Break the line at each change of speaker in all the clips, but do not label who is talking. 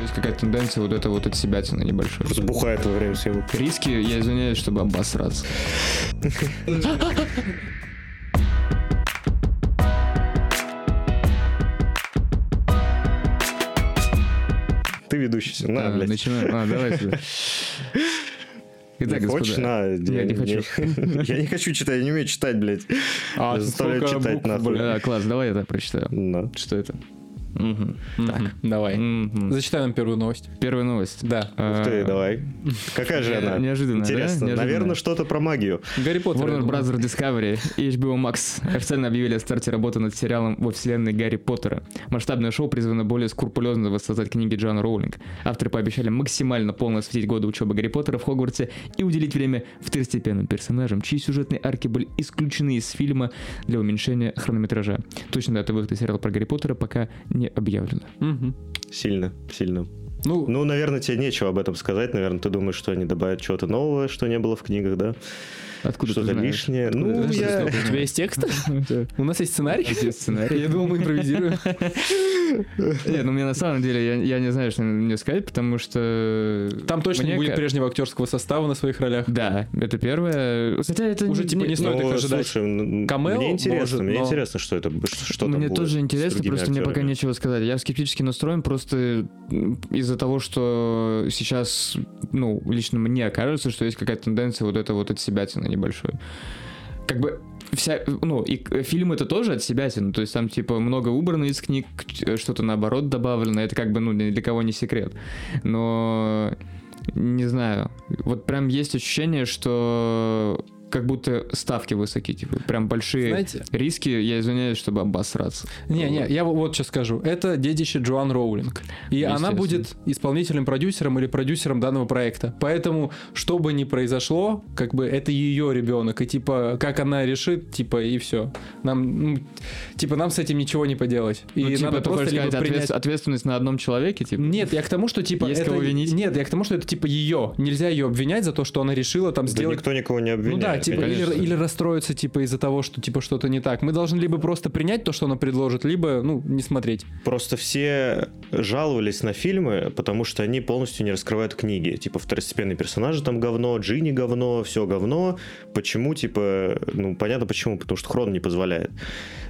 есть какая-то тенденция вот это вот от себя тяна небольшой.
Разбухает во время съемок.
Риски, я извиняюсь, чтобы обосраться.
Ты ведущий. На,
А,
блядь.
Начинаем. А, давайте. Итак,
Не хочешь?
господа.
На,
Я не хочу.
Я не хочу читать, я не умею читать, блядь.
А,
Заставляю
сколько
читать,
букв,
нахуй.
бля.
Да, класс, давай я это прочитаю.
Да.
Что это?
Так, давай.
Мгм.
Зачитай нам первую новость.
Первая новость. А,
Да.
Ух ты, давай. Какая же
не-
она?
неожиданно, да?
Интересно.
Неожиданно.
Наверное, что-то про магию.
Гарри Поттер. я
Warner
думаю.
Bros. Discovery и HBO Max официально объявили о старте работы над сериалом во вселенной Гарри Поттера. Масштабное шоу призвано более скрупулезно воссоздать книги Джоан Роулинг. Авторы пообещали максимально полно осветить годы учебы Гарри Поттера в Хогвартсе и уделить время второстепенным персонажам, чьи сюжетные арки были исключены из фильма для уменьшения хронометража. Точно дата выхода сериала про Гарри Поттера пока не объявлена.
Мгм.
Сильно, сильно.
Ну,
Ну, наверное, тебе нечего об этом сказать. Наверное, ты думаешь, что они добавят чего-то нового, что не было в книгах, да?
Откуда
Что-то
ты знаешь?
лишнее.
Откуда
Ну,
ты
я...
знаешь?
у тебя есть текст? У нас есть сценарий?
Есть сценарий.
Я думал, мы импровизируем.
Нет, ну мне на самом деле, я, я не знаю, что мне сказать, потому что...
Там точно
мне
не будет
ка-
прежнего актерского состава на своих ролях.
Да, это первое. Хотя это
Уже типа не стоит
Ну,
их ожидать.
слушай, м,
Камео,
мне интересно,
может,
мне
но-
интересно, что это, что там
Мне
будет
тоже
с
интересно,
другими
просто мне пока
актерами.
нечего сказать. Я скептически настроен просто м, из-за того, что сейчас, ну, лично мне кажется, что есть какая-то тенденция вот это вот от себя небольшой. Как бы вся, ну, и к- фильм это тоже от себя то есть там, типа, много убрано из книг, ч- что-то наоборот добавлено, это как бы, ну, ни для кого не секрет. Но не знаю, вот прям есть ощущение, что как будто ставки высоки, типа, прям большие
Знаете?
риски, я извиняюсь, чтобы обосраться.
Не, не, я вот- вот что скажу. Это детище Джоан Роулинг. И она
Ну, Естественно.
будет исполнителем, продюсером или продюсером данного проекта. Поэтому, что бы ни произошло, как бы это ее ребенок. И типа, как она решит, типа, и все. Нам, ну, типа, нам с этим ничего не поделать. И
Ну, типа,
надо
ты
просто
хочешь
либо
сказать, ответ-
принять...
ответственность на одном человеке, типа?
Нет, я к тому, что типа
Есть
это...
кого винить?
Нет, я к тому, что это типа ее. Нельзя ее обвинять за то, что она решила там
Да
сделать
никто никого не обвиняет.
ну да, типа, или,
конечно.
или расстроиться, типа, из-за того, что, типа, что-то не так. Мы должны либо просто принять то, что она предложит, либо, ну, не смотреть.
Просто все жаловались на фильмы, потому что они полностью не раскрывают книги. Типа второстепенные персонажи там говно, Джинни говно, все говно. Почему, типа, ну понятно почему, потому что хрон не позволяет.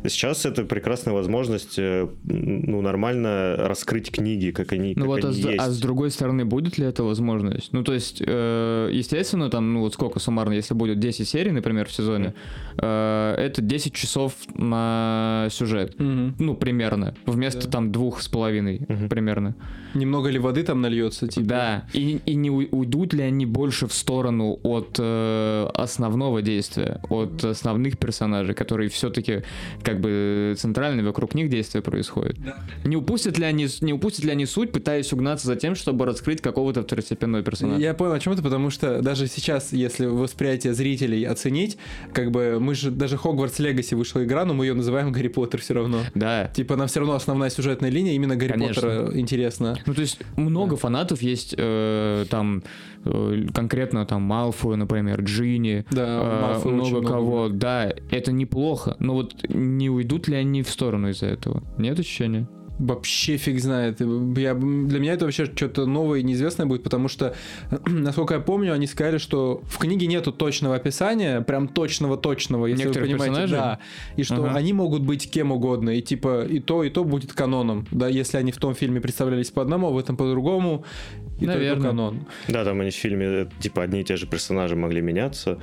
Сейчас это прекрасная возможность, э, ну нормально раскрыть книги, как они,
Ну
как
вот, а
они
с, а с
есть.
другой стороны, будет ли эта возможность? Ну, то есть, э, естественно, там, ну, вот сколько суммарно, если будет 10 серий, например, в сезоне, э, это 10 часов на сюжет. Ну, примерно. Вместо
Да.
там двух с половиной,
Мгм.
примерно.
Немного ли воды там нальется, типа?
Да. И, и не у- уйдут ли они больше в сторону от э, основного действия, от основных персонажей, которые все-таки как бы центральные вокруг них действия происходят? Не упустят ли они, не упустят ли они суть, пытаясь угнаться за тем, чтобы раскрыть какого-то второстепенного персонажа?
Я понял, о чем это, потому что даже сейчас, если восприятие зрителей оценить, как бы мы же даже Хогвартс Легаси вышла игра, но мы ее называем Гарри Поттер все равно.
Да.
Типа, нам все равно основная сюжетная линия именно Гарри
Конечно.
Поттера интересна.
Ну, то есть много фанатов есть э, там э, конкретно там Малфою, например, Джинни,
Да,
э,
Малфой очень
много
много.
кого. Да, это неплохо, но вот не уйдут ли они в сторону из-за этого? Нет ощущения?
Вообще фиг знает. Я, для меня это вообще что-то новое и неизвестное будет, потому что, насколько я помню, они сказали, что в книге нету точного описания, прям точного-точного, если
Некоторых
вы понимаете,
персонажей?
да. И что
Ага.
они могут быть кем угодно, и типа и то, и то будет каноном. Да, если они в том фильме представлялись по одному, а в этом по-другому, и то, и то
Наверное.
канон.
Да, там они в фильме, э, типа, одни и те же персонажи могли меняться.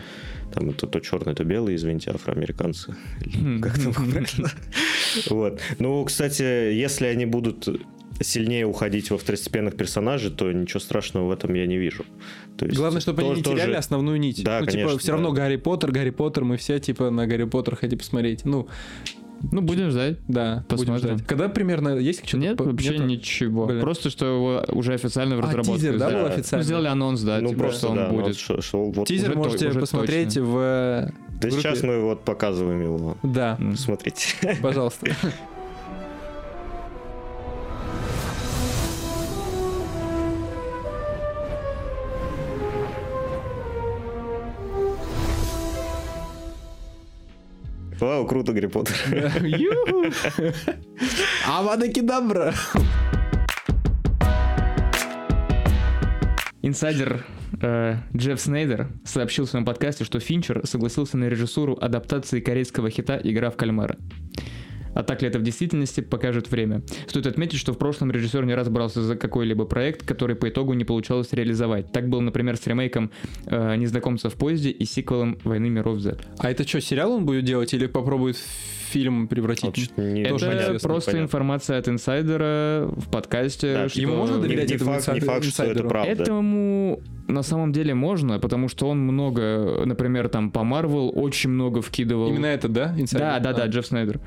Там то, то черный, то белый, извините, афроамериканцы. Или Как там их правильно? Вот. Ну, кстати, если они будут сильнее уходить во второстепенных персонажей, то ничего страшного в этом я не вижу. То есть
Главное, чтобы они
тоже-
не теряли
тоже-
основную нить.
Да,
ну,
конечно,
типа, все равно
да.
Гарри Поттер, Гарри Поттер, мы все типа на Гарри Поттер хотим посмотреть. Ну,
Ну, будем ждать.
да, будем
Посмотрим.
ждать. Когда примерно есть что-то?
Нет,
по-
вообще
нету?
ничего.
Блин.
Просто что его уже официально в
А,
разработке.
тизер, да,
взяли.
был
Да.
Ну,
официально?
сделали анонс, да,
Ну,
типа,
просто,
что он
да, ну,
будет.
шо- шо- вот-
Тизер
Уже то-
можете
уже
посмотреть
точно.
в...
Да
группе.
сейчас мы вот показываем его.
Да,
э, М.
Смотрите.
пожалуйста.
Вау, круто, Гарри Поттер.
Авада Кедавра!
Инсайдер э, Джефф Снейдер сообщил в своем подкасте, что Финчер согласился на режиссуру адаптации корейского хита «Игра в кальмара». А так ли это в действительности, покажет время. Стоит отметить, что в прошлом режиссер не раз брался за какой-либо проект, который по итогу не получалось реализовать. Так было, например, с ремейком э, «Незнакомца в поезде» и сиквелом «Войны миров Z».
А это что, сериал он будет делать или попробует в фильм
Вот
превратить?
что-то не-
это
тоже
непонятно,
просто
непонятно.
информация от инсайдера в подкасте.
Да,
что-
Ему можно
Не-
доверять
типа, не
этому
факт, не
инсайдеру?
факт, что это правда.
Этому на самом деле можно, потому что он много, например, там по Марвел очень много вкидывал.
Именно этот, да? А.
Да, да, да, Джефф Снайдер.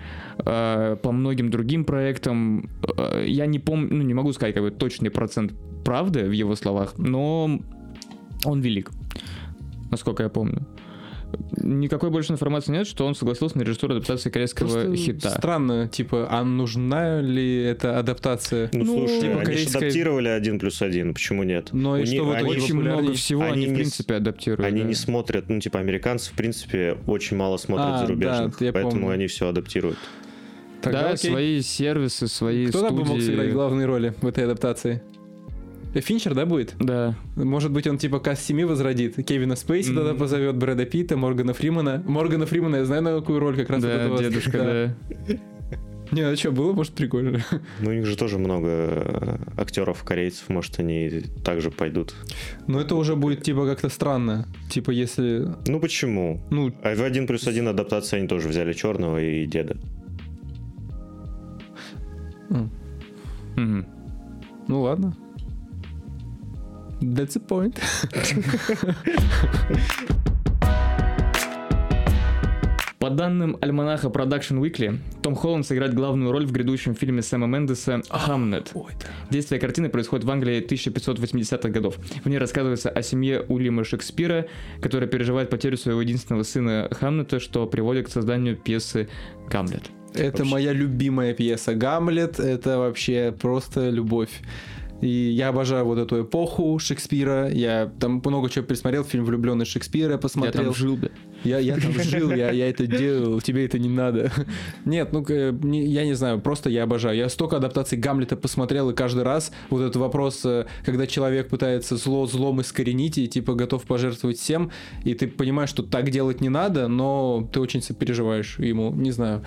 Э, По многим другим проектам э, я не помню, ну не могу сказать как бы точный процент правды в его словах, но он велик, насколько я помню. Никакой больше информации нет, что он согласился на режиссуру адаптации корейского
Просто
хита.
Странно, типа, а нужна ли эта адаптация?
Ну,
Ну,
слушай,
типа
они
корейская-
же адаптировали один плюс один, почему нет?
Но Ну и
У
что
ни-
в итоге
они,
Очень
популярнее.
много всего
Они
они, в
не с-
принципе, адаптируют.
они
да.
не смотрят, ну, типа, американцы, в принципе, очень мало смотрят
А, да,
зарубежных,
я
поэтому
помню.
они все адаптируют.
Тогда
да,
окей.
свои сервисы, свои
Кто там бы мог
студии.
сыграть главные роли в этой адаптации? Э, Финчер, да, будет?
Да.
Может быть, он типа Касс 7 возродит. Кевина Спейси
Мгм.
тогда позовет Брэда Питта, Моргана Фримана. Моргана Фримана я знаю, на какую роль как раз вот
да,
этого-
дедушка, да.
Не, ну что, было, может, прикольно.
Ну, у них же тоже много э, актеров корейцев, может, они также пойдут.
Но это уже будет типа как-то странно. Типа, если.
Ну, почему?
Ну,
А в один плюс один адаптации они тоже взяли черного и деда.
м,
Мгм.
а, ну ладно. That's the point.
По данным альманаха Production Weekly, Том Холланд сыграет главную роль в грядущем фильме Сэма Мендеса «Хамнет». Действие картины происходит в Англии 1580-х годов. В ней рассказывается о семье Уильяма Шекспира, которая переживает потерю своего единственного сына Хамнета, что приводит к созданию пьесы «Гамлет».
Это
Вообще.
моя любимая пьеса. Гамлет это вообще просто любовь. И я обожаю вот эту эпоху Шекспира. Я там много чего пересмотрел. Фильм «Влюбленный Шекспира»
Я
посмотрел.
там жил, бля.
Я, я там жил, я, я это делал, тебе это не надо. Нет, ну, к- э, не- я не знаю, просто я обожаю. Я столько адаптаций Гамлета посмотрел, и каждый раз вот этот вопрос, э, когда человек пытается зло злом искоренить и, типа, готов пожертвовать всем, и ты понимаешь, что так делать не надо, но ты очень сопереживаешь ему, не знаю.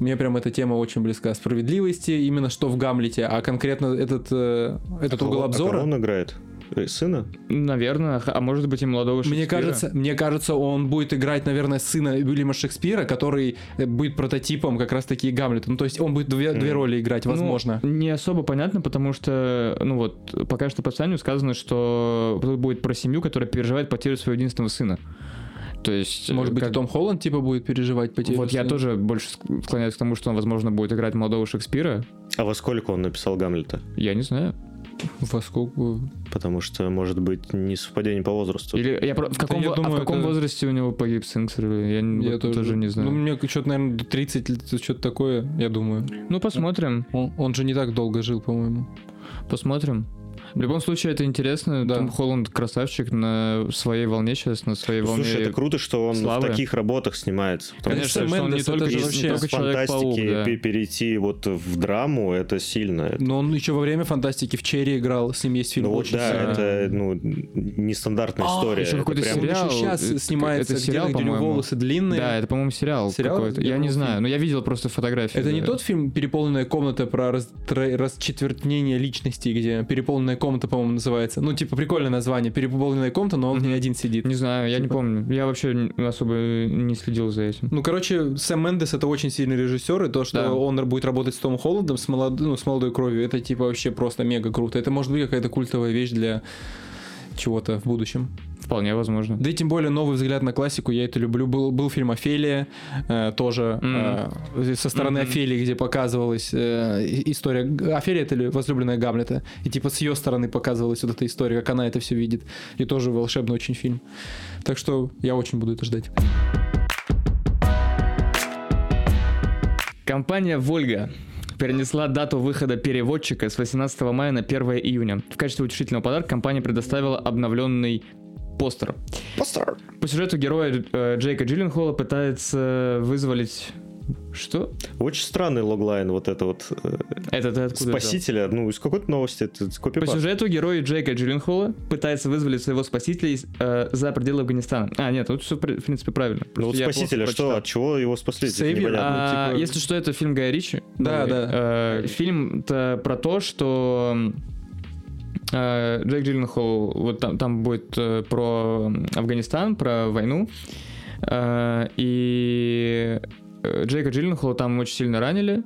Мне прям эта тема очень близка. Справедливости, именно что в Гамлете, а конкретно этот, э, этот
А кого-
угол
а кого
обзора.
он играет? Э, Сына?
Наверное, а может быть и молодого Шекспира.
Мне кажется, мне кажется, он будет играть, наверное, сына Уильяма Шекспира, который э, будет прототипом как раз-таки Гамлета. Ну, то есть он будет две, две
Мгм.
роли играть,
Ну,
возможно.
не особо понятно, потому что, ну вот, пока что по описанию сказано, что тут будет про семью, которая переживает потерю своего единственного сына. То есть... э,
Может быть,
как-
и Том Холланд, типа, будет переживать потерю.
Вот я
сына.
тоже больше ск- склоняюсь к тому, что он, возможно, будет играть молодого Шекспира.
А во сколько он написал Гамлета?
Я не знаю.
Во сколько?
Потому что, может быть, не совпадение по возрасту.
Или я про- в каком,
я
во- а
думаю,
в каком
это-
возрасте у него погиб сын, к сожалению? Я, не- вот тоже... не знаю.
Ну,
Ну,
мне что-то, наверное, до 30 лет, что-то такое, я думаю.
Ну, посмотрим,
Он, он же не так долго жил, по-моему.
посмотрим. В любом случае, это интересно.
Да.
Том Холланд красавчик на своей волне сейчас, на своей волне.
Слушай, это круто, что он
славы.
в таких работах снимается. потому
Конечно,
Конечно, что он
Мендес,
не
это
только,
же
не
вообще
только
с фантастики
Человек-паук, да.
пе- перейти вот в драму, это сильно.
Но он еще во время фантастики в Черри играл, с ним есть фильм
ну вот
очень
да,
сильный.
это ну, нестандартная
А,
история.
еще
Это
какой-то
прям-
Он
сериал.
еще сейчас
это-
снимается,
это
где-то,
сериал,
где у него
по-моему.
волосы длинные.
Да, это, по-моему, сериал,
Сериал?
какой-то.
Я
Я, не
думал,
знаю,
фильм.
но я видел просто фотографии.
Это не
да.
тот фильм «Переполненная комната» про раз- тра- расчетвертнение личности, где «Переполненная комната», по-моему, называется. Ну, типа, прикольное название. «Переполненная комната», но он не
Мгм.
один сидит.
Не знаю, я не
Типа-
помню. Я вообще н- особо не следил за этим.
Ну, короче, Сэм Мендес это очень сильный режиссер, и то, что
Да.
он будет работать с Томом Холландом, с, молод- ну, с молодой кровью, это типа вообще просто мега круто. Это может быть какая-то культовая вещь для чего-то в будущем.
Вполне возможно.
Да и тем более новый взгляд на классику, я это люблю. Был, был фильм «Офелия», э, тоже э, со стороны
Мгм.
Офелии, где показывалась э, и- история... Г- Офелия — это ли- возлюбленная Гамлета. И типа с ее стороны показывалась вот эта история, как она это все видит. И тоже волшебный очень фильм. Так что я очень буду это ждать.
Компания Volga перенесла дату выхода переводчика с 18 мая на 1 июня. В качестве утешительного подарка компания предоставила обновленный постер. Постер. По сюжету героя э, Джейка Джилленхола пытается вызволить Что?
Очень странный логлайн вот это вот э,
Это ты откуда взял?
спасителя. Ну, из какой-то новости, это с
По
копипаст.
сюжету герой Джейка Джилленхола пытается вызволить своего спасителя из, э, за пределы Афганистана. А, нет, тут все, в принципе, правильно.
Ну,
Просто
вот
я плохо
спасителя, что,
прочитал.
от чего его спасли? здесь
Savior,
непонятно.
А,
типа-
Если что, это фильм Гая Ричи.
Да,
Новый.
да.
Э, Фильм-то про то, что м, э, Джек Джилленхол, вот там, там будет э, про м, Афганистан, про войну, Э, и э, Джейка Джилленхола там очень сильно ранили,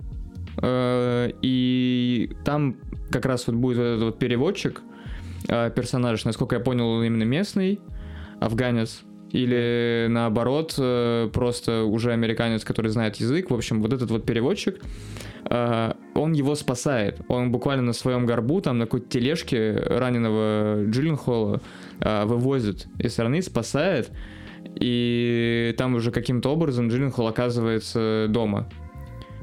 Э, и там как раз вот будет вот этот вот переводчик, э, персонаж, насколько я понял, он именно местный, афганец, или наоборот, э, просто уже американец, который знает язык, в общем, вот этот вот переводчик, э, он его спасает, он буквально на своем горбу, там на какой-то тележке раненого Джилленхола э, вывозит из страны, спасает, и там уже каким-то образом Джилленхол оказывается дома.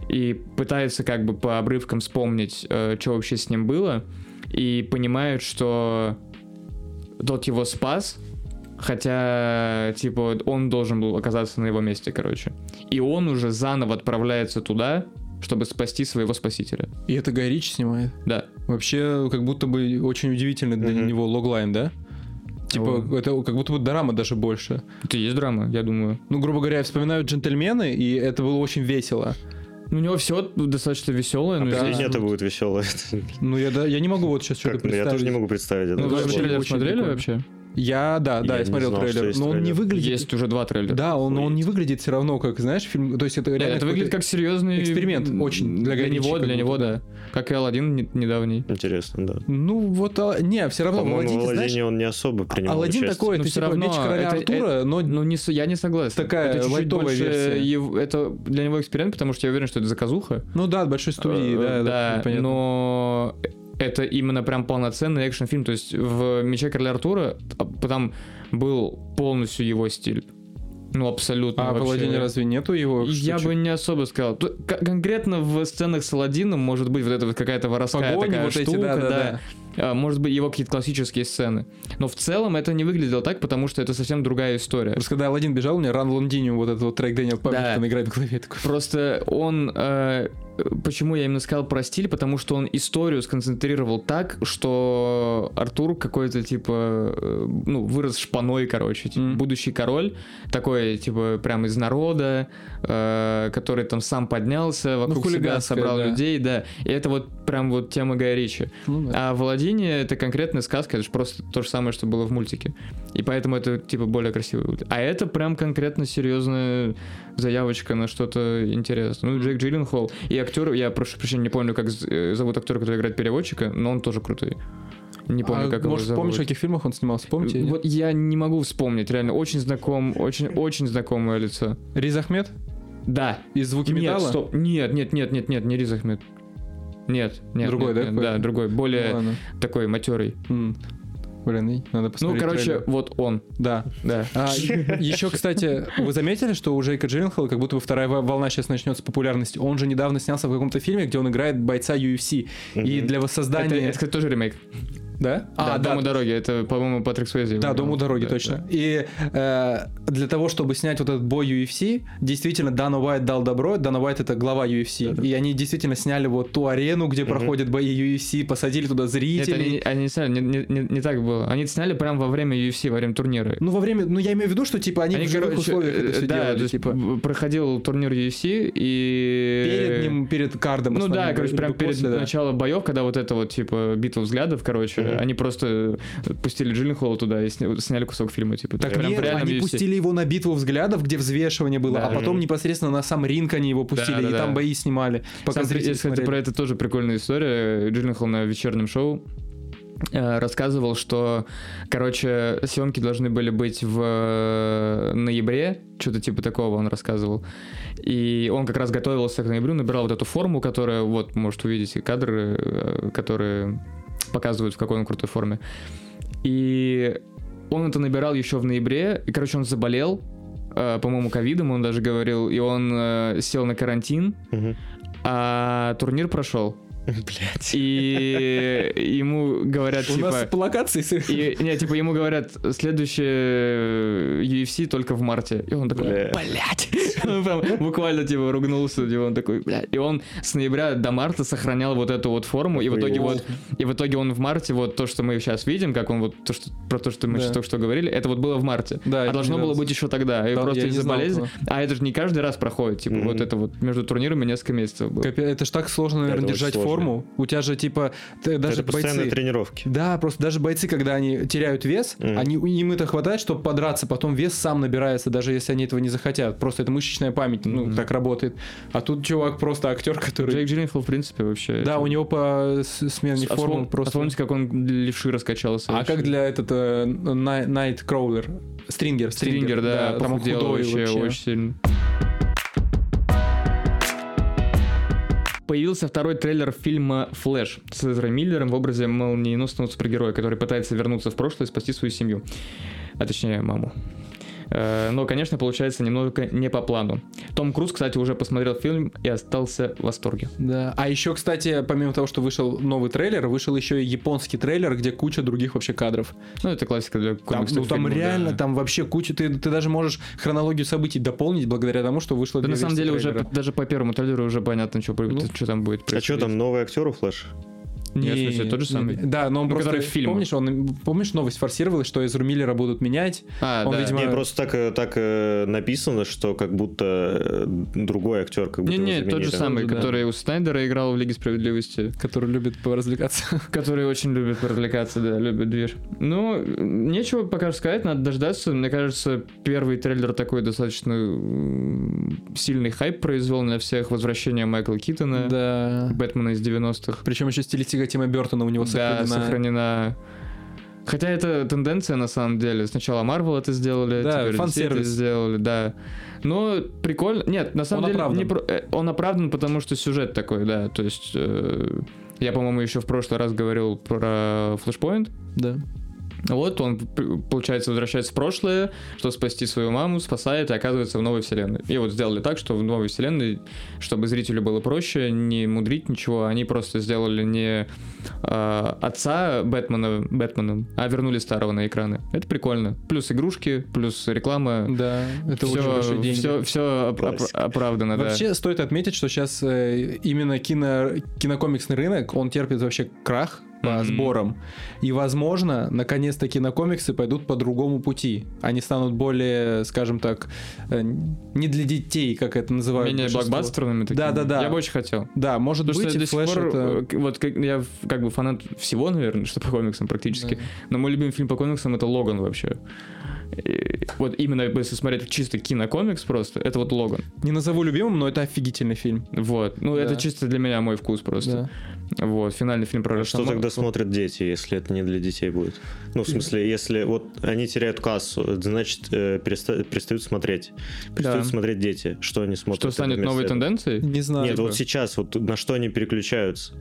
И пытается как бы по обрывкам вспомнить, э, что вообще с ним было, и понимает, что тот его спас, хотя, типа, он должен был оказаться на его месте, короче. И он уже заново отправляется туда, чтобы спасти своего спасителя.
И это Гай Ричи снимает.
Да.
Вообще, как будто бы очень удивительный для
Мгм.
него логлайн, да? Типа,
Ой.
это как будто бы дорама даже больше.
Это и есть драма, я думаю.
Ну, грубо говоря, я вспоминаю джентльмены, и это было очень весело.
Ну, у него все достаточно веселое.
А
но
последнее
здесь-
это будет весело.
Ну, я, да, я не могу вот сейчас что-то
Как, ну,
представить.
Я тоже не могу представить это.
Ну, вы
вообще
Вот.
трейлер
очень
смотрели
прикольно.
вообще?
Я, да,
Я
да, я,
не
смотрел
знал, что
трейлер,
есть
но он не
трейлер.
выглядит...
Есть уже два трейлера.
Да, он, он
Охуеть.
не выглядит все равно, как, знаешь, фильм... То есть это
Нет,
реально
это выглядит
какой-то-
как серьезный
эксперимент, очень для
для,
Гая Ричи
него,
как
для
будто,
него, да. Как и Алладин не- недавний.
Интересно, да.
Ну, вот, а, не, все равно, в
По-моему, в
«Аладдине», знаешь,
Аладдине он не особо принимал
Аладдин
участие.
такой,
Ну,
это
всё
типа
равно,
меч короля
это-
Артура, но...
Ну, не, с- я не согласен.
Такая
это чуть-чуть
лайтовая
больше
версия.
ев- это для него эксперимент, потому что я уверен, что это заказуха.
Ну да, от большой студии,
Э,
да, да, понятно.
но это именно прям полноценный экшен фильм. То есть в Мече короля Артура а, там был полностью его стиль. Ну, абсолютно.
А в
вообще.
«Аладдине» разве нету его?
Я
штучек?
бы не особо сказал. Т- к- конкретно в сценах с Аладдином может быть вот эта вот какая-то воровская
типа Погони
такая
вот эти,
штука,
да-да-да.
А, Может быть, его какие-то классические сцены. Но в целом это не выглядело так, потому что это совсем другая история.
Просто когда Алладин бежал, у меня Ран Лондиню вот этот вот трек Дэниел Пэмптон играет в голове. я Такой,
Просто он... э, почему я именно сказал про стиль? Потому что он историю сконцентрировал так, что Артур какой-то, типа, э, ну, вырос шпаной, короче. типа,
Мгм.
Будущий король, такой, типа, прям из народа, э, который там сам поднялся, вокруг себя
хулиганское,
собрал
Ну, да.
людей, да. И это вот прям вот тема Гая Ричи.
ну, да.
А Владине это конкретная сказка, это же просто то же самое, что было в мультике. И поэтому это типа более красиво выглядит. А это прям конкретно серьезная заявочка на что-то интересное. Ну, и Джек Джилленхол и актер, я прошу прощения, не помню, как з- э, зовут актера, который играет переводчика, но он тоже крутой. Не помню,
А
как
может,
его зовут.
помнишь, в каких фильмах он снимался? Помните?
Вот я не могу вспомнить, реально, очень знаком, очень, очень знакомое лицо.
Риз Ахмед
Да,
из «Звуки
нет,
металла»?
стоп, нет, нет, нет, нет, нет, не Риз Ахмед. Нет, нет,
Другой,
нет,
да,
нет,
какой-то?
да, другой,
Ну
более
ладно.
такой матерый.
М. Блин, и- надо
Ну,
посмотреть.
короче,
трейлер.
вот он,
Да. А,
да.
еще, кстати, вы заметили, что у Джейка Джилленхола как будто бы вторая во- волна сейчас начнется популярности. Он же недавно снялся в каком-то фильме, где он играет бойца UFC. И
Мгм.
для
Это,
воссоздания...
это, кстати, тоже ремейк.
А, Да?
да, «Дом у дороги». Это, по-моему, Патрик Суэзи.
Да,
его
дом у
играл.
дороги,
Да,
точно. И э, для того, чтобы снять вот этот бой UFC, действительно, Дана Уайт дал добро. Дана Уайт это глава UFC.
Да-да.
И они действительно сняли вот ту арену, где
Мгм.
проходят бои UFC, посадили
да.
туда
Нет,
зрителей.
они, они не сняли, не, не- не- не так было. Они это сняли прямо во время UFC, во время турнира.
Ну, во время. Ну, я имею в виду, что типа они, в живых
короче,
условиях это
э,
все
да, то
делали.
есть
Типа
б- проходил турнир UFC и...
перед ним, перед кардом.
Э, Ну да,
основным,
короче,
либо
прям перед
после, да.
началом боев, когда вот это вот, типа, битва взглядов, короче,
Мгм.
они просто пустили Джилленхола туда и сня- сняли кусок фильма, типа.
Так
прям в
нет,
реальном
они
UFC.
пустили его на битву взглядов, где взвешивание было,
Да.
а потом
Мгм.
непосредственно на сам ринг они его пустили, и
Да-да-да.
там бои снимали. Пока
Сам,
зрители
если это
смотрели.
про это тоже прикольная история. Джилленхол на вечернем шоу э, рассказывал, что, короче, съемки должны были быть в э, ноябре, что-то типа такого он рассказывал. И он как раз готовился к ноябрю, набирал вот эту форму, которая, вот, может увидеть кадры, э, которые показывают, в какой он крутой форме. И он это набирал еще в ноябре, и, короче, он заболел, э, по-моему, ковидом, он даже говорил, и он э, сел на карантин,
Мгм.
а турнир прошел.
Блядь.
И ему говорят,
У нас
типа...
по локации с-
И, не, типа э, ему говорят, следующее UFC только в марте. И он такой,
Бля.
блядь. Он прям буквально типа ругнулся, типа, он такой, бля. И он с ноября до марта сохранял вот эту вот форму, и в итоге
Охуеть.
вот, и в итоге он в марте, вот то, что мы сейчас видим, как он вот, то, что, про то, что мы
Да.
сейчас только что говорили, это вот было в марте. а
Да, это
должно
не
было
раз.
быть еще тогда. И
Да,
просто
я не
из-за
знал
болезни. А это же не каждый раз проходит, типа, вот
Мгм.
это вот между турнирами несколько месяцев было.
Капе- Это ж так сложно,
Это
наверное,
очень
держать
сложно.
форму. У тебя же, типа, ты даже
Это постоянные
бойцы...
тренировки.
Да, просто даже бойцы, когда они теряют вес,
Мгм.
они, им это хватает, чтобы подраться, потом вес сам набирается, даже если они этого не захотят. Просто это мышечная память, ну,
Мгм.
так работает. А тут чувак просто актер, который...
Джейк Джилленхол, в принципе, вообще...
Да,
это-
у него по с- смене
А
формы
вспом-
просто...
а Вспомните, как он левши раскачался.
А
вообще.
как для этот э, Най- Найт Кроулер? Стрингер,
Стрингер, да,
там он
похудел
худой
вообще,
вообще.
очень сильно. Появился второй трейлер фильма «Флэш» с Эзрой Миллером в образе молниеносного супергероя, который пытается вернуться в прошлое и спасти свою семью. А точнее, маму. Э, Но, конечно, получается немного не по плану. Том Круз, кстати, уже посмотрел фильм и остался в восторге.
Да. А еще, кстати, помимо того, что вышел новый трейлер, вышел еще и японский трейлер, где куча других вообще кадров.
Ну, это классика для
Там,
комиксных
ну, там
фильмов, да.
реально, там вообще куча. Ты, ты даже можешь хронологию событий дополнить благодаря тому, что вышло.
Да
две
на самом
версии
деле уже
трейлера.
п- даже по первому трейлеру уже понятно, что,
Ну.
что там будет
А что
происходить.
там, новый актер у Флэш?
Нет, в смысле, тот же
не-
самый.
Да, но он
Ну,
просто...
который в фильме.
Помнишь, он, помнишь, новость форсировалась, что из Миллера будут менять?
А,
Он,
да.
видимо,
Не, просто так, э, так э, написано, что как будто э, другой актер как
Не,
будто его
не, тот
заменили.
же самый,
Да.
который у Снайдера играл в Лиге Справедливости,
Который любит поразвлекаться.
который очень любит развлекаться, да, любит движ. Ну, нечего пока сказать, надо дождаться. Мне кажется, первый трейлер такой достаточно м, сильный хайп произвел на всех. Возвращение Майкла Китона,
Да.
Бэтмена из 90-х.
Причем еще стилистика Тима Бертона у него
Да,
сохранена.
сохранена. Хотя это тенденция на самом деле. Сначала Marvel это сделали,
Да,
теперь DC это
фан-сервис.
сделали, да. Но прикольно. Нет, на самом
Он
деле не
оправдан.
про- э, он оправдан, потому что сюжет такой, да. То есть э, я, по-моему, еще в прошлый раз говорил про Flashpoint.
Да.
Вот он, п- получается, возвращается в прошлое, чтобы спасти свою маму, спасает и оказывается в новой вселенной. И вот сделали так, что в новой вселенной, чтобы зрителю было проще, не мудрить ничего, они просто сделали не э, отца Бэтмена Бэтменом, а вернули старого на экраны. Это прикольно. Плюс игрушки, плюс реклама.
Да. Это очень большие деньги.
Все,
Классика.
оправдано, да.
Вообще стоит отметить, что сейчас именно кино, кинокомиксный рынок, он терпит вообще крах по
Мгм.
сборам. И, возможно, наконец-то кинокомиксы пойдут по другому пути. Они станут более, скажем так, э, не для детей, как это называют.
Менее
большинство.
блокбастерными такими.
Да-да-да.
Я бы очень хотел.
Да, может
Потому
быть,
что я
и
до сих
Флэш
пор,
это-
э, к- вот как- я в- как бы фанат всего, наверное, что по комиксам практически. Но мой любимый фильм по комиксам это Логан вообще. И вот именно если смотреть чисто кинокомикс просто, это вот Логан.
Не назову любимым, но это офигительный фильм.
Вот. Ну,
Да.
это чисто для меня мой вкус просто. Вот, финальный фильм про
А Что
Росомаху.
тогда смотрят дети, если это не для детей будет? Ну, в смысле, если вот они теряют кассу, это значит, э, переста- перестают смотреть. Перестают
Да.
смотреть дети. Что они смотрят?
Что станет
вместо
новой
этого?
тенденцией?
Не знаю.
Нет,
типа?
вот сейчас, вот на что они переключаются?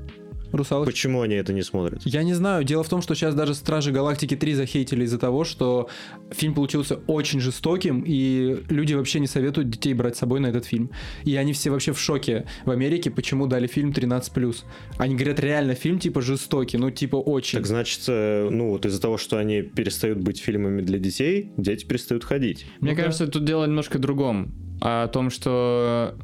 Русалочка.
Почему они это не смотрят?
Я не знаю. Дело в том, что сейчас даже Стражи Галактики 3 захейтили из-за того, что фильм получился очень жестоким, и люди вообще не советуют детей брать с собой на этот фильм. И они все вообще в шоке в Америке, почему дали фильм 13+. Они говорят, реально фильм типа жестокий, ну типа очень.
Так значит, э, ну вот из-за того, что они перестают быть фильмами для детей, дети перестают ходить.
Мне
Ну да.
кажется, тут дело немножко в другом. А о том, что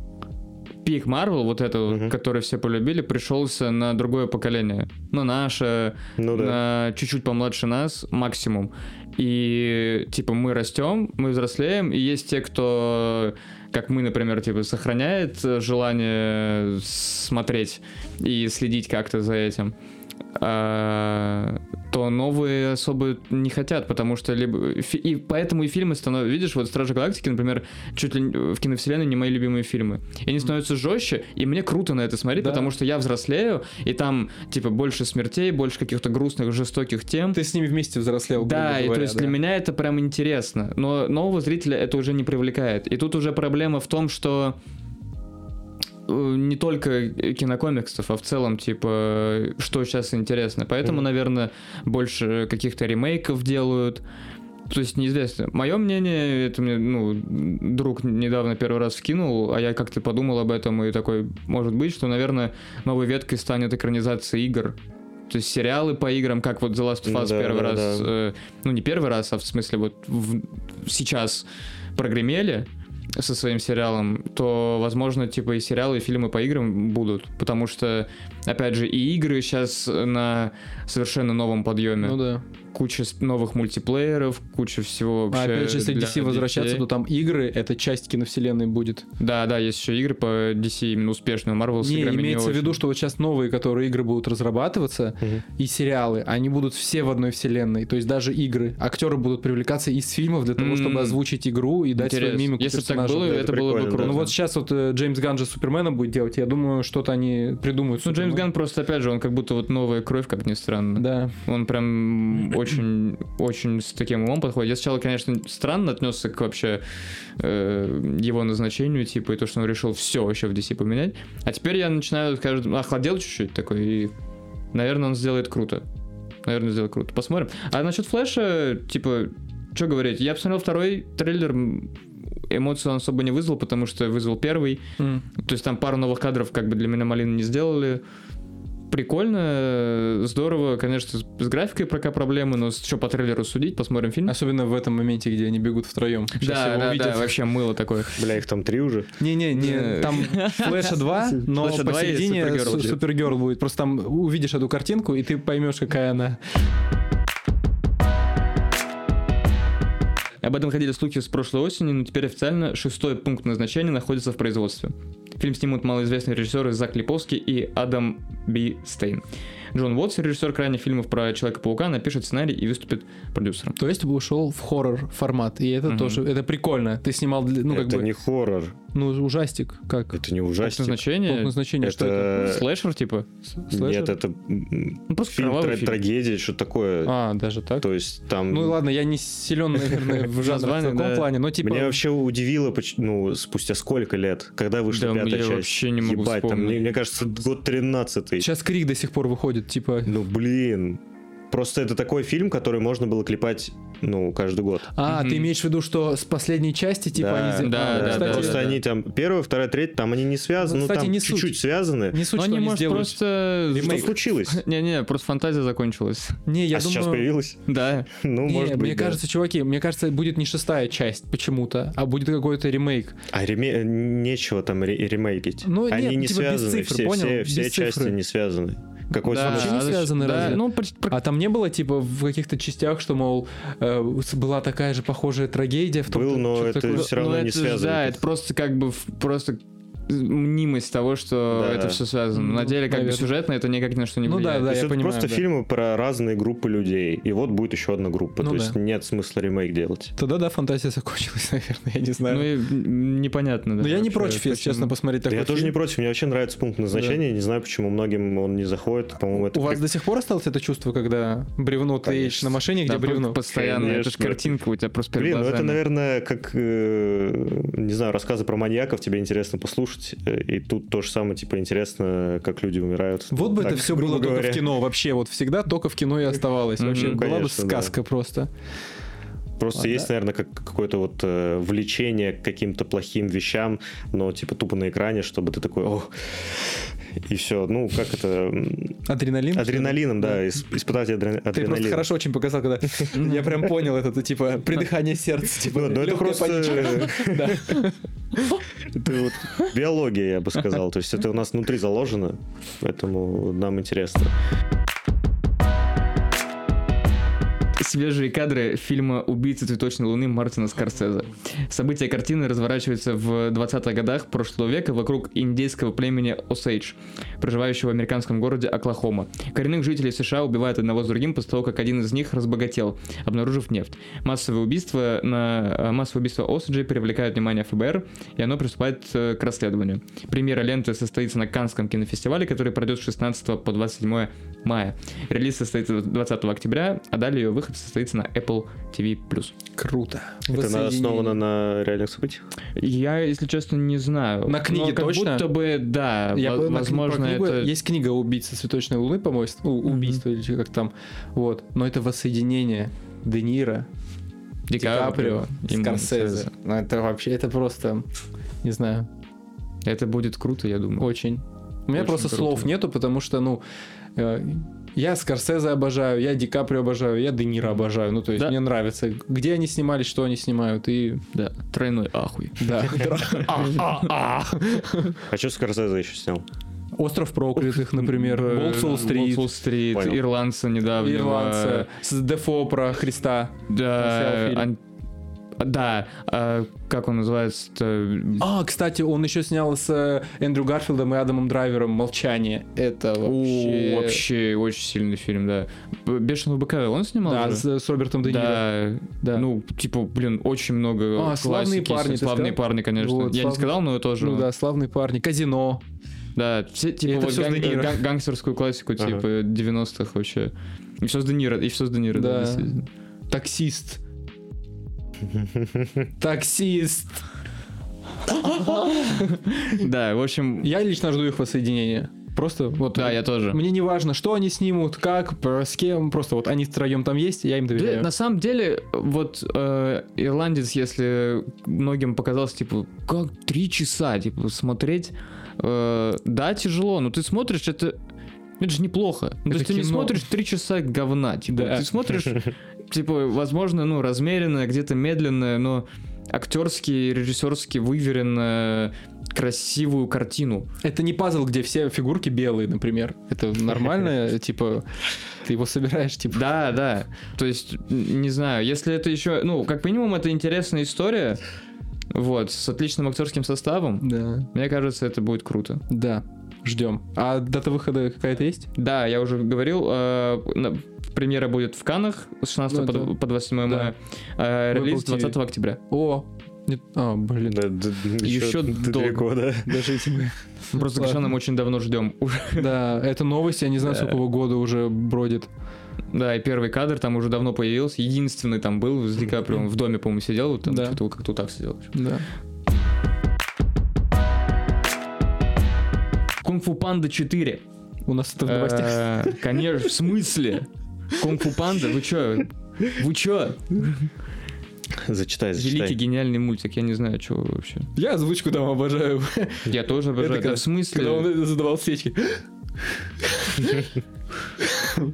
пик Марвел, вот это, вот,
Мгм.
который все полюбили, пришелся на другое поколение. Ну, наше,
Ну да.
на чуть-чуть помладше нас, максимум. И, типа, мы растем, мы взрослеем, и есть те, кто, как мы, например, типа, сохраняет э, желание смотреть и следить как-то за этим. а, то новые особо не хотят, потому что либо... фи- И поэтому и фильмы становятся... Видишь, вот «Стражи Галактики», например, чуть ли не- в киновселенной не мои любимые фильмы. И они становятся жестче, и мне круто на это смотреть,
Да.
потому что я взрослею, и там, типа, больше смертей, больше каких-то грустных, жестоких тем.
Ты с ними вместе взрослел,
Да,
грубо
и то
говоря,
есть
да.
для меня это прям интересно. Но нового зрителя это уже не привлекает. И тут уже проблема в том, что э, не только кинокомиксов, а в целом, типа, что сейчас интересно. Поэтому,
Мгм.
наверное, больше каких-то ремейков делают. То есть неизвестно. Мое мнение, это мне, ну, друг недавно первый раз вкинул, а я как-то подумал об этом и такой, может быть, что, наверное, новой веткой станет экранизация игр. То есть сериалы по играм, как вот The Last of Us
Да,
первый
да,
раз,
да.
э, ну не первый раз, а в смысле вот в- сейчас прогремели, со своим сериалом, то, возможно, типа и сериалы, и фильмы по играм будут. Потому что, опять же, и игры сейчас на совершенно новом подъеме.
Ну да.
Куча с- новых мультиплееров, куча всего вообще.
а опять же, если
для
DC возвращаться,
детей.
то там игры это часть киновселенной будет.
Да, да, есть еще игры по DC именно успешные. Marvel с
не,
играми не
имеется в
очень.
виду, что вот сейчас новые, которые игры будут разрабатываться,
Мгм.
и сериалы, они будут все в одной вселенной. То есть даже игры. Актеры будут привлекаться из фильмов для того, чтобы
М.
озвучить игру и дать свою
Интересно.
мимику
Если бы так
персонажам.
было,
Да,
это,
это
было бы
прикольно, да.
круто.
Ну вот сейчас вот э, Джеймс Ганн же Супермена будет делать, я думаю, что-то они придумают.
Ну, Джеймс
Супермен.
Ганн просто, опять же, он как будто вот новая кровь, как ни странно.
Да.
Он прям очень, очень с таким умом подходит. Я сначала, конечно, странно отнесся к вообще э, его назначению, типа, и то, что он решил все вообще в DC поменять. А теперь я начинаю, скажем, охладел чуть-чуть такой, и, наверное, он сделает круто. Наверное, сделает круто. Посмотрим. А насчет Флэша, типа, что говорить? Я посмотрел второй трейлер, м, эмоций он особо не вызвал, потому что вызвал первый.
М.
То есть там пару новых кадров как бы для меня малины не сделали. Прикольно, э, здорово, конечно, с- с графикой пока проблемы, но что по трейлеру судить, посмотрим фильм.
Особенно в этом моменте, где они бегут втроем.
да, да, да, вообще мыло такое.
Бля, их там три уже.
Не-не, не,
Не.
там Флэша 2, но
Флэша 2 и
посередине
Супергерл
Су-
будет.
Супергерл будет. Просто там увидишь эту картинку, и ты поймешь, какая она.
Об этом ходили слухи с прошлой осени, но теперь официально шестой пункт назначения находится в производстве. Фильм снимут малоизвестные режиссеры Зак Липовский и Адам Би Стейн. Джон Уотс, режиссер крайних фильмов про Человека-паука, напишет сценарий и выступит продюсером.
То есть ушел в хоррор формат, и это
Мгм.
тоже, это прикольно. Ты снимал, для- ну как
это
бы,
не хоррор,
ну ужастик, как?
это не
Пункт
ужастик.
назначения?
Пункт назначения, что это?
Это...
Слэшер, типа?
С-
Нет,
слэшер?
это м,
Ну, просто
фильм,
кровавый
тра-
фильм.
трагедия, что такое.
А, даже так?
То есть там...
Ну ладно, я не силен, наверное, в жанрах в
Название,
таком
да.
плане, но типа...
Меня вообще удивило, поч- ну, спустя сколько лет, когда
Да,
вышла пятая
я
часть.
вообще не могу
Ебать, там, мне,
вспомнить.
мне кажется, год 13
Сейчас крик до сих пор выходит, типа...
Ну, блин. Просто это такой фильм, который можно было клепать, ну, каждый год.
А,
Мгм.
ты имеешь в виду, что с последней части, типа,
Да,
они... за-
да,
А,
да,
кстати,
Просто
да.
они там первая, вторая, третья, там они не связаны,
Ну,
ну,
кстати,
там
не суть.
чуть-чуть связаны.
Не суть,
Ну,
что
они,
они
может,
сделают.
просто...
Что случилось?
Не-не, просто фантазия закончилась.
Не, я
а сейчас
думаю...
появилась?
Да.
Ну,
Не,
может быть,
мне
да.
кажется, чуваки, мне кажется, будет не шестая часть почему-то, а будет какой-то ремейк.
А реме- нечего там ре- ремейкить.
Ну, нет,
они не
типа без
связаны,
цифр,
все,
понял?
все,
Без
все
цифры.
части не связаны. Какой
Да,
смысл?
вообще не
да,
связаны
да,
разве?
Ну, пр- пр-
А там не было, типа, в каких-то частях, что, мол, э, с- была такая же похожая трагедия в том
Был, но это
ну,
все равно
ну,
не
это ж,
связано.
Да, это просто как бы в- просто мнимость того, что
Да.
это все связано. На
Ну,
деле, как
наверное.
бы сюжетно, это никак ни на что не
Ну да,
влияет.
да,
То есть
я
это
понимаю,
просто
да.
фильмы про разные группы людей. И вот будет еще одна группа.
Ну
То
да.
есть нет смысла ремейк делать.
Тогда, да, фантазия закончилась, наверное, я не знаю.
Ну и м, непонятно. да,
но я не
вообще,
против, если
почему.
честно, посмотреть
Да
такой
я тоже не
фильм.
против. Мне вообще нравится пункт назначения. Не знаю, почему многим он не заходит. По-моему, это
У вас
прик-
до сих пор осталось это чувство, когда бревно, ты
Конечно.
едешь на машине, где
Да,
бревно?
Постоянно, это же
Конечно.
картинка у тебя просто перед
Блин, ну это,
глазами.
наверное, как, э, не знаю, рассказы про маньяков тебе интересно послушать, э, и тут то же самое, типа, интересно, как люди умирают.
Вот бы
Так,
это все
грубо
было только
говоря.
в кино, вообще, вот всегда только в кино и оставалось.
Мгм.
Вообще,
Ну,
была бы
конечно, да.
сказка просто.
Просто
А,
есть,
да.
наверное, как, какое-то вот э, влечение к каким-то плохим вещам, но, типа, тупо на экране, чтобы ты такой, о, и все. Ну, как это... м,
Адреналин? что ли?
Адреналином, да, ис- испытать адре-
Ты
адреналин.
просто хорошо очень показал, когда я прям понял это, ты, типа, придыхание сердца, типа,
Ну, ну, это
лёгкая
просто
паничка. Да.
это вот биология, я бы сказал. То есть это у нас внутри заложено, поэтому нам интересно.
Свежие кадры фильма «Убийцы цветочной луны» Мартина Скорсезе. События картины разворачиваются в 20-х годах прошлого века вокруг индейского племени Осейдж, проживающего в американском городе Оклахома. Коренных жителей США убивают одного с другим после того, как один из них разбогател, обнаружив нефть. Массовые убийства на э, массовые убийства Осейджей привлекают внимание ФБР, и оно приступает э, к расследованию. Премьера ленты состоится на Канском кинофестивале, который пройдет с 16 по 27 мая. Релиз состоится 20 октября, а далее ее выход состоится на Apple TV+.
Круто.
Это на-
Воссоединение.
основано на реальных событиях?
Я, если честно, не знаю.
На книге
Но как
точно?
будто бы, да,
Я
во-
бы на кни-
возможно,
про книгу-
это...
Есть книга «Убийца цветочной луны», по-моему, с- у-
Мгм.
убийство или чё- как там. Вот. Но это воссоединение Де Ниро,
Ди
Ди Каприо,
и
Скорсезе.
Скорсезе.
Ну, это вообще, это просто, не знаю,
Это будет круто, я думаю.
очень. У меня
Очень
просто
круто.
слов нету, потому что, ну, э, Я Скорсезе обожаю, я Ди Каприо обожаю, я Де Ниро обожаю. Ну, то есть
Да.
мне нравится, где они снимались, что они снимают, и
Да, тройной ахуй.
да.
А что Скорсезе еще снял?
Остров проклятых, например. э,
Уолл-Стрит,
Уолл-Стрит,
Уолл-Стрит,
Понял.
ирландца недавнего.
Ирландцы, с Дефо про Христа.
Да,
Снял фильм.
ан- да, а, как он называется-то?
А, кстати, он еще снял с э, Эндрю Гарфилдом и Адамом Драйвером «Молчание». Это вообще...
О, вообще очень сильный фильм, да. Б- Бешеного быка он снимал?
Да,
же?
с, с Робертом Де Ниро.
Да,
Да.
ну, типа, блин, очень много
А, «Славные
классики.
парни», ты
славные
сказал?
парни, конечно.
Вот,
Я не
«Славные-
сказал, но тоже.
Ну да, славные парни. Казино.
Да, все, типа,
это
вот
всё с
ганг-
Де Ниро.
ган- гангстерскую классику,
Ага.
типа, 90-х вообще. И все с Де Ниро, и все с Де Ниро, да,
Да.
действительно.
Таксист. Таксист.
Да, в общем,
Я лично жду их воссоединения. Просто вот. э,
да, я тоже.
Мне не важно, что они снимут, как, про- с кем. Просто вот они втроем там есть, я им
Да,
доверяю.
на самом деле, вот э, ирландец, если многим показалось, типа, как три часа, типа, смотреть, э, да, тяжело, но ты смотришь, это, это же неплохо. Ну, то
Это
есть ты не
кино.
смотришь три часа говна, типа,
Да.
ты смотришь, типа, возможно, ну, размеренно, где-то медленно, но актерски, режиссерски выверенно красивую картину.
Это не пазл, где все фигурки белые, например. Это нормально, типа, ты его собираешь, типа.
Да, да. То есть, н- не знаю, если это еще, ну, как минимум, это интересная история. Вот, с отличным актерским составом.
Да.
Мне кажется, это будет круто.
Да. Ждем. А дата выхода какая-то есть?
Да, я уже говорил, э, на- премьера будет в Канах с 16
Ну,
по,
это-
дв- по 28 мая. Э,
Apple
релиз
TV.
20 октября.
О. нет, А, блин.
Еще
Еще
долго.
далеко, да.
Даже эти мы-
Мы Просто
Ладно.
Гошаном очень давно ждем. Уж-
Да, это новость, я не знаю, с
Да.
какого года уже бродит.
Да, и первый кадр там уже давно появился. Единственный там был, с Ди Каприо, он в доме, по-моему, сидел, вот там
Да.
что-то вот как-то вот так сидел.
Да.
Кунг-фу Панда 4.
У нас это в новостях.
Э, Конечно, в смысле? Кунг-фу панда? Вы чё? Вы чё?
Зачитай,
Великий
зачитай.
гениальный мультик, я не знаю, чего вы вообще.
Я озвучку там обожаю.
Я тоже обожаю.
когда-
Да в смысле?
Когда он это задавал свечки.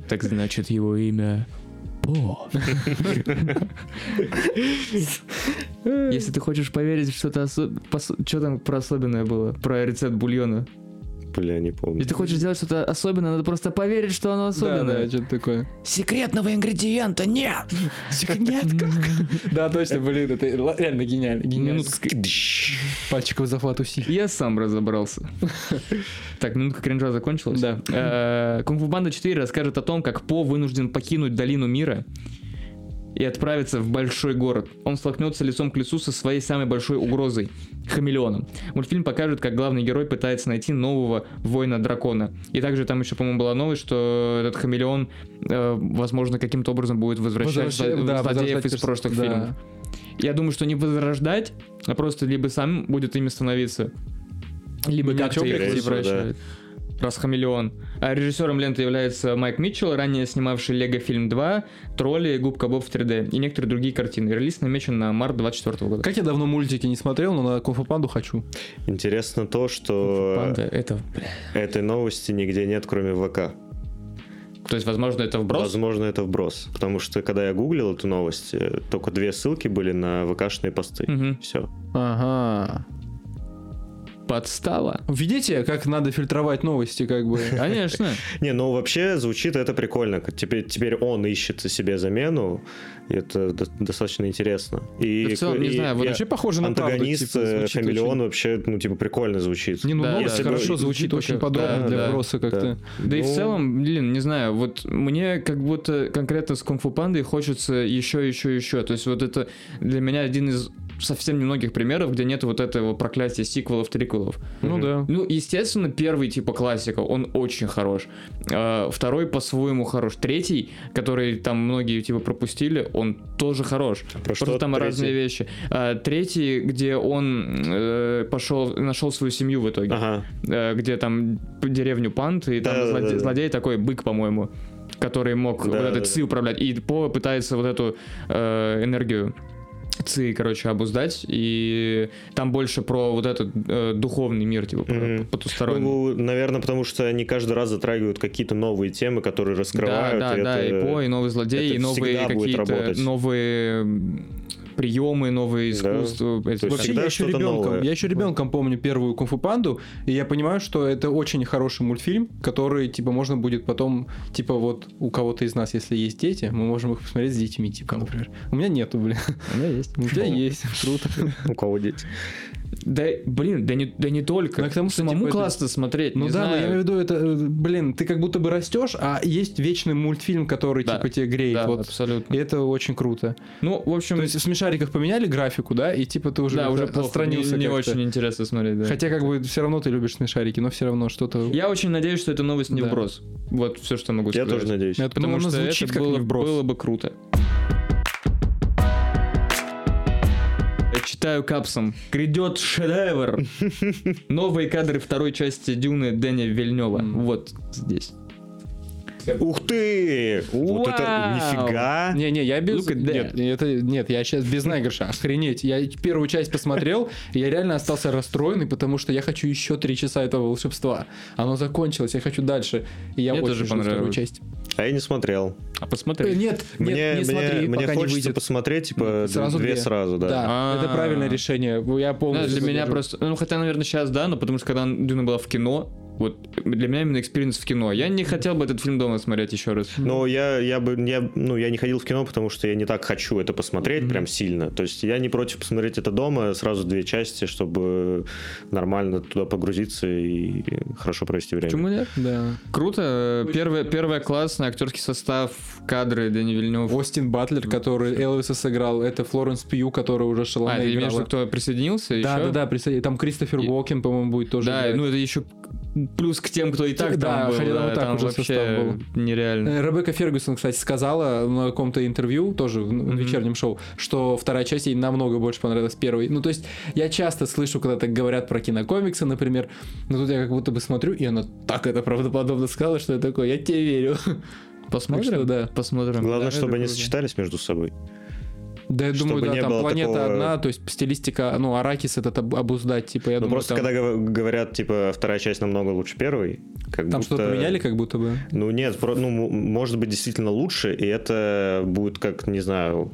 Так значит, его имя По. Если ты хочешь поверить в что-то Что там про особенное было? Про рецепт бульона.
Бля, не помню.
Если ты хочешь сделать что-то особенное, надо просто поверить, что оно
Да,
особенное.
да, что-то такое.
Секретного ингредиента нет!
Нет, как? Да, точно, блин, это реально гениально. Гениально.
Минутка.
Пальчиков захват усилий.
Я сам разобрался. Так, минутка кринжа закончилась.
Да.
Э, Кунг-фу Банда 4 расскажет о том, как По вынужден покинуть долину мира и отправиться в большой город. Он столкнется лицом к лицу со своей самой большой угрозой — хамелеоном. Мультфильм покажет, как главный герой пытается найти нового воина-дракона. И также там еще, по-моему, была новость, что этот хамелеон, э, возможно, каким-то образом будет возвращать
Возвращ-
зло-
да,
злодеев
возвращать
из
перс-
прошлых
да.
фильмов. Я думаю, что не возрождать, а просто либо сам будет ими становиться, либо
Меня
как-то
чё
их
прикрутило,
возвращает. Раз хамелеон. А режиссером ленты является Майк Митчелл, ранее снимавший «Лего фильм 2», «Тролли», «Губка Боб в 3D» и некоторые другие картины. Релиз намечен на март 24 года.
Как я давно мультики не смотрел, но на Кунг-фу Панду хочу.
Интересно то, что
Панда, это... бля.
этой новости нигде нет, кроме ВК.
То есть, возможно, это вброс?
Возможно, это вброс. Потому что, когда я гуглил эту новость, э, только две ссылки были на ВКшные посты.
Мгм.
Все.
Ага.
Подстава.
Видите, как надо фильтровать новости, как бы.
Конечно.
Не, ну вообще звучит это прикольно. Как Теперь, теперь он ищет себе замену. И это до- достаточно интересно. И,
Да в целом, не
и
знаю, вот
я-
Вообще похоже на правду,
антагонист
типа,
э,
звучит очень-
Хамелеон вообще, ну, типа, прикольно звучит.
Не, ну
Да,
новость
да,
хорошо
да.
звучит,
Звучит
очень
очень-
подробно
да,
для
да.
вброса как-то.
Да и в
Ну,
целом, блин, не знаю, вот мне как будто конкретно с Кунг-фу Пандой хочется еще, еще, еще. То есть вот это для меня один из совсем немногих примеров, где нет вот этого проклятия сиквелов, триквелов.
Ну
Мгм.
да.
Ну, естественно, первый типа классика, он очень хорош. А, Второй по-своему хорош. Третий, который там многие типа пропустили, он тоже хорош.
Про А что
Просто там
третий?
разные вещи. А, Третий, где он э, пошел, нашел свою семью в итоге
Ага.
э, где там деревню Пант, и там
Да, да,
злоде-
да.
злодей такой бык, по-моему, который мог
Да,
вот
да,
этот
да.
сил управлять. И По пытается вот эту э, энергию ЦИ, короче, обуздать, и там больше про вот этот э, духовный мир, типа, про
Мгм.
потусторонний.
Ну, наверное, потому что они каждый раз затрагивают какие-то новые темы, которые раскрывают.
Да, да,
и
да,
это-
и По, и новый злодей,
это
и новые
всегда будет
какие-то
работать.
новые м, приемы, новые
Да.
искусства. Это
То есть
вообще-
всегда
я еще,
что-то
ребенком,
новое.
я еще ребенком помню первую кунг-фу панду, и я понимаю, что это очень хороший мультфильм, который, типа, можно будет потом, типа, вот у кого-то из нас, если есть дети, мы можем их посмотреть с детьми, типа, например. У меня нету, блин. У тебя есть, круто.
У кого дети?
Да, блин, да не, да не только.
Ну, к тому, что,
Самому
типа, это-
классно смотреть,
Ну
не
да, но я
знаю.
имею в виду, это, э, блин, ты как будто бы растешь, а есть вечный мультфильм, который,
Да.
типа, тебя греет.
Да,
вот.
абсолютно.
И это очень круто.
Ну, в общем,
То есть в смешариках поменяли графику, да, и типа ты уже,
да, уже плохо.
отстранился.
Не, не
как-то.
очень интересно смотреть, да.
Хотя как бы все равно ты любишь смешарики, но все равно что-то. Ну,
Я очень надеюсь, что эта новость не
Да.
вброс. Вот все, что могу
Я
сказать.
тоже надеюсь.
Я-
Потому
Ну, оно
что
звучит
это
как
было,
не вброс.
было бы круто. Я Читаю капсом. Грядет шедевр. Новые кадры второй части Дюны Дэня Вильнева.
М.
Вот здесь.
Ух ты! Вот это
Вау!
нифига!
Не, не, я без.
Look at that.
Нет, это нет, я сейчас без наигрыша. Охренеть, я первую часть посмотрел, и я реально остался расстроенный, потому что я хочу еще три часа этого волшебства. Оно закончилось, я хочу дальше. И я
Мне
очень
тоже
жду вторую
понравилось.
часть.
А я не смотрел.
А
Э,
посмотри.
Нет, нет,
мне
не
мне-
смотри,
мне
пока не
хочется
выйдет.
посмотреть, типа,
Сразу
две
две.
сразу, да.
Да, это
А-а-а.
правильное решение. Я
А. Да,
помню.
для меня просто... Ну, хотя, наверное, сейчас, да, но потому что когда Дюна была в кино, вот для меня именно экспириенс в кино. Я не хотел бы этот фильм дома смотреть еще раз.
Но я, я бы я, ну, я не ходил в кино, потому что я не так хочу это посмотреть прям сильно. То есть я не против посмотреть это дома, сразу две части, чтобы нормально туда погрузиться и хорошо провести время.
Почему нет?
Да.
Круто.
Очень
Первое, первое классное, актерский состав, кадры Дэни Вильнев.
Остин Батлер, который Элвиса сыграл, это Флоренс Пью, которая уже
А,
Шалана
ты имеешь в виду,
играла.
кто присоединился
Да,
еще?
да, да, представь, там Кристофер
И-
Уокен, по-моему, будет тоже.
Да,
играть.
ну это еще плюс к тем, кто и так там
Да,
был.
хотя там
да,
и так
там
уже состав
вообще
был.
нереально.
Э, Ребекка Фергюсон, кстати, сказала на каком-то интервью, тоже в в
Мгм.
вечернем шоу, что вторая часть ей намного больше понравилась первой. Ну, то есть, я часто слышу, когда так говорят про кинокомиксы, например, но тут я как будто бы смотрю, и она так это правдоподобно сказала, что я такой, я тебе верю.
Посмотрим?
Так что да.
Посмотрим.
Главное,
Да,
чтобы
это
они
круто.
сочетались между собой.
Да, я
Чтобы
думаю, да,
не
там
было
планета
такого-
одна, то есть стилистика, ну, Аракис этот об- обуздать, типа, я
ну
думаю,
просто
там,
когда гов- говорят, типа, вторая часть намного лучше первой, как
там
будто...
что-то поменяли как будто бы.
Ну нет, про- ну, м- может быть действительно лучше, и это будет как, не знаю,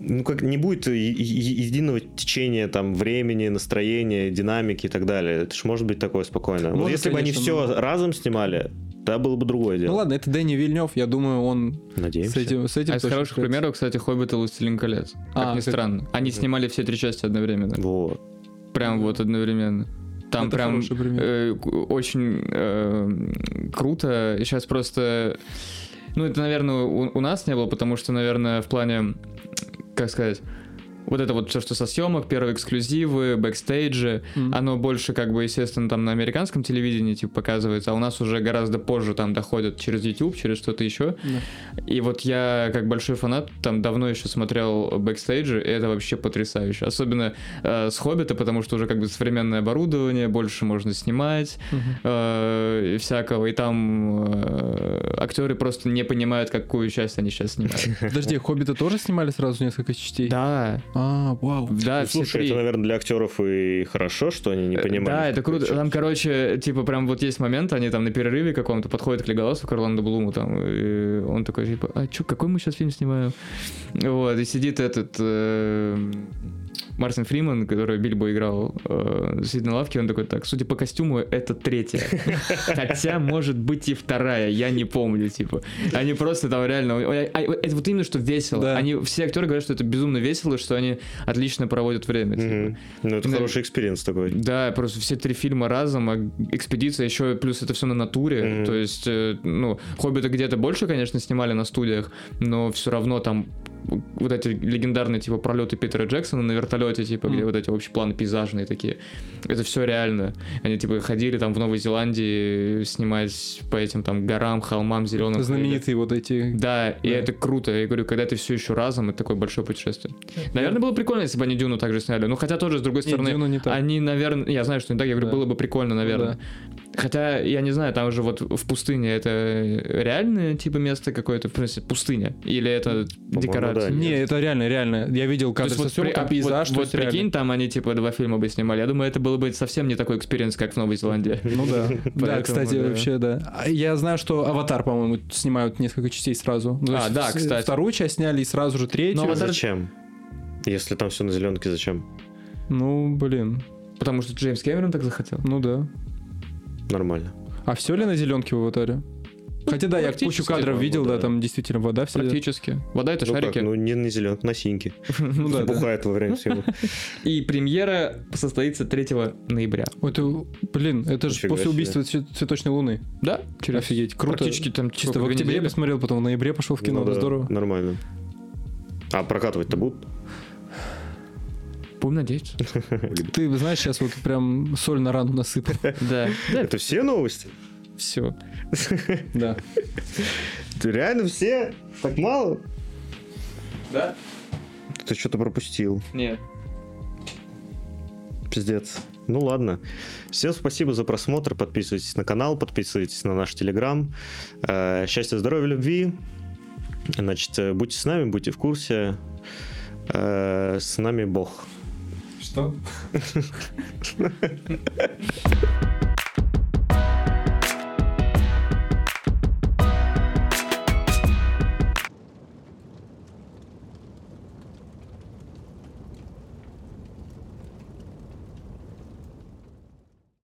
ну как не будет е- е- единого течения там времени, настроения, динамики и так далее. Это ж может быть такое спокойно. вот
Может,
если бы они
конечно,
все разом снимали, да было бы другое дело.
Ну ладно, это Дэнни Вильнев, я думаю, он с
Надеемся.
этим, с этим
А из
точно
хороших
справится.
примеров, кстати, Хоббит и Властелин колец. Как
А,
ни
как-
странно. Они снимали все три части одновременно.
Вот.
Прям вот одновременно. Там
Это
прям
хороший пример.
э, к- очень э, круто. Сейчас просто... Ну, это, наверное, у, у нас не было, потому что, наверное, в плане, как сказать, вот это вот все, что со съемок, первые эксклюзивы, бэкстейджи,
М.
оно больше, как бы, естественно, там на американском телевидении, типа, показывается, а у нас уже гораздо позже там доходят через YouTube, через что-то еще.
Да.
И вот я, как большой фанат, там давно еще смотрел бэкстейджи, и это вообще потрясающе. Особенно э, с Хоббита, потому что уже как бы современное оборудование, больше можно снимать
Мгм.
э, и всякого, и там э, актеры просто не понимают, какую часть они сейчас снимают.
Подожди, Хоббита тоже снимали сразу несколько частей?
Да,
А, вау.
да,
Ну,
все
Слушай,
три.
это, наверное, для актеров и хорошо, что они не
Э,
понимают.
Да, это круто. Там, короче, типа, прям вот есть момент, они там на перерыве каком-то подходят к Леголасу, к Орландо Блуму, там, и он такой, типа, а чё, какой мы сейчас фильм снимаем? Вот, и сидит этот... э, Мартин Фриман, который Бильбо играл, э, сидит на лавке, он такой, так, судя по костюму, это третья. Хотя, может быть, и вторая, я не помню, типа. Они просто там реально... а, а, Это вот именно, что весело.
Да.
Они, все актеры говорят, что это безумно весело, что они отлично проводят время. типа.
Мгм. Ну, это
Да.
хороший экспириенс такой.
Да, просто все три фильма разом, а экспедиция еще плюс это все на натуре.
Мгм.
То есть, э, ну, хоббита где-то больше, конечно, снимали на студиях, но все равно там вот эти легендарные типа пролеты Питера Джексона на вертолете, типа, где
Мгм.
вот эти общие планы пейзажные такие. Это все реально. Они типа ходили там в Новой Зеландии э, снимать по этим там горам, холмам, зеленым.
Знаменитые вот эти.
Да, и
Да.
это круто. Я говорю, когда ты все еще разом, это такое большое путешествие. Наверное, было прикольно, если бы они Дюну также сняли. Ну, хотя тоже, с другой
Нет,
стороны,
Дюну не так.
они, наверное, я знаю, что не так, я говорю,
Да.
было бы прикольно, наверное. Хотя, я не знаю, там же вот в пустыне это реальное типа место какое-то, в принципе, пустыня? Или это декорация?
да,
Не,
Нет.
это реально, реально. Я видел
То
кадры
есть
со
вот, при-
съемок, там
а,
пейзаж,
вот,
то
вот
есть
прикинь,
реально.
там они типа два фильма бы снимали. Я думаю, это было бы совсем не такой экспириенс, как в Новой Зеландии.
Ну да. Да,
Поэтому,
кстати,
да.
вообще, да. А Я знаю, что «Аватар», по-моему, снимают несколько частей сразу. Ну, то
А,
есть
да,
вс-
кстати.
Вторую часть сняли и сразу же
Но
третью.
«Аватар»
Зачем? Если там все на зеленке, зачем?
Ну, блин,
Потому что Джеймс Кэмерон так захотел.
ну да.
Нормально.
А все ли на зеленке в «Аватаре»? Хотя да, я
Ну, практически,
кучу кадров
по-моему,
видел, да,
да.
там действительно вода вся. идёт.
Практически. Вода это
ну
шарики.
как, ну не на зеленке, на синьке.
Ну да, да.
Бухает во время всего.
И премьера состоится 3 ноября.
Вот, э, блин, это же
Нифига
после
себе.
убийства цве- цветочной луны.
Да? Через
Офигеть, круто.
практически там
Чисто в
сколько, две
октябре
недели?
посмотрел, потом в ноябре пошел в кино,
Ну да,
здорово.
Нормально. А прокатывать-то будут?
Будем надеяться.
Ты знаешь, сейчас вот прям соль на рану насыпал.
Да. Да,
Это все новости?
все.
Да.
Ты реально все? Так мало?
Да?
Ты что-то пропустил.
Нет.
Пиздец. Ну ладно. Всем спасибо за просмотр. Подписывайтесь на канал, подписывайтесь на наш телеграм. Э, Счастья, здоровья, любви. Значит, э, будьте с нами, будьте в курсе. Э, С нами Бог.
Что?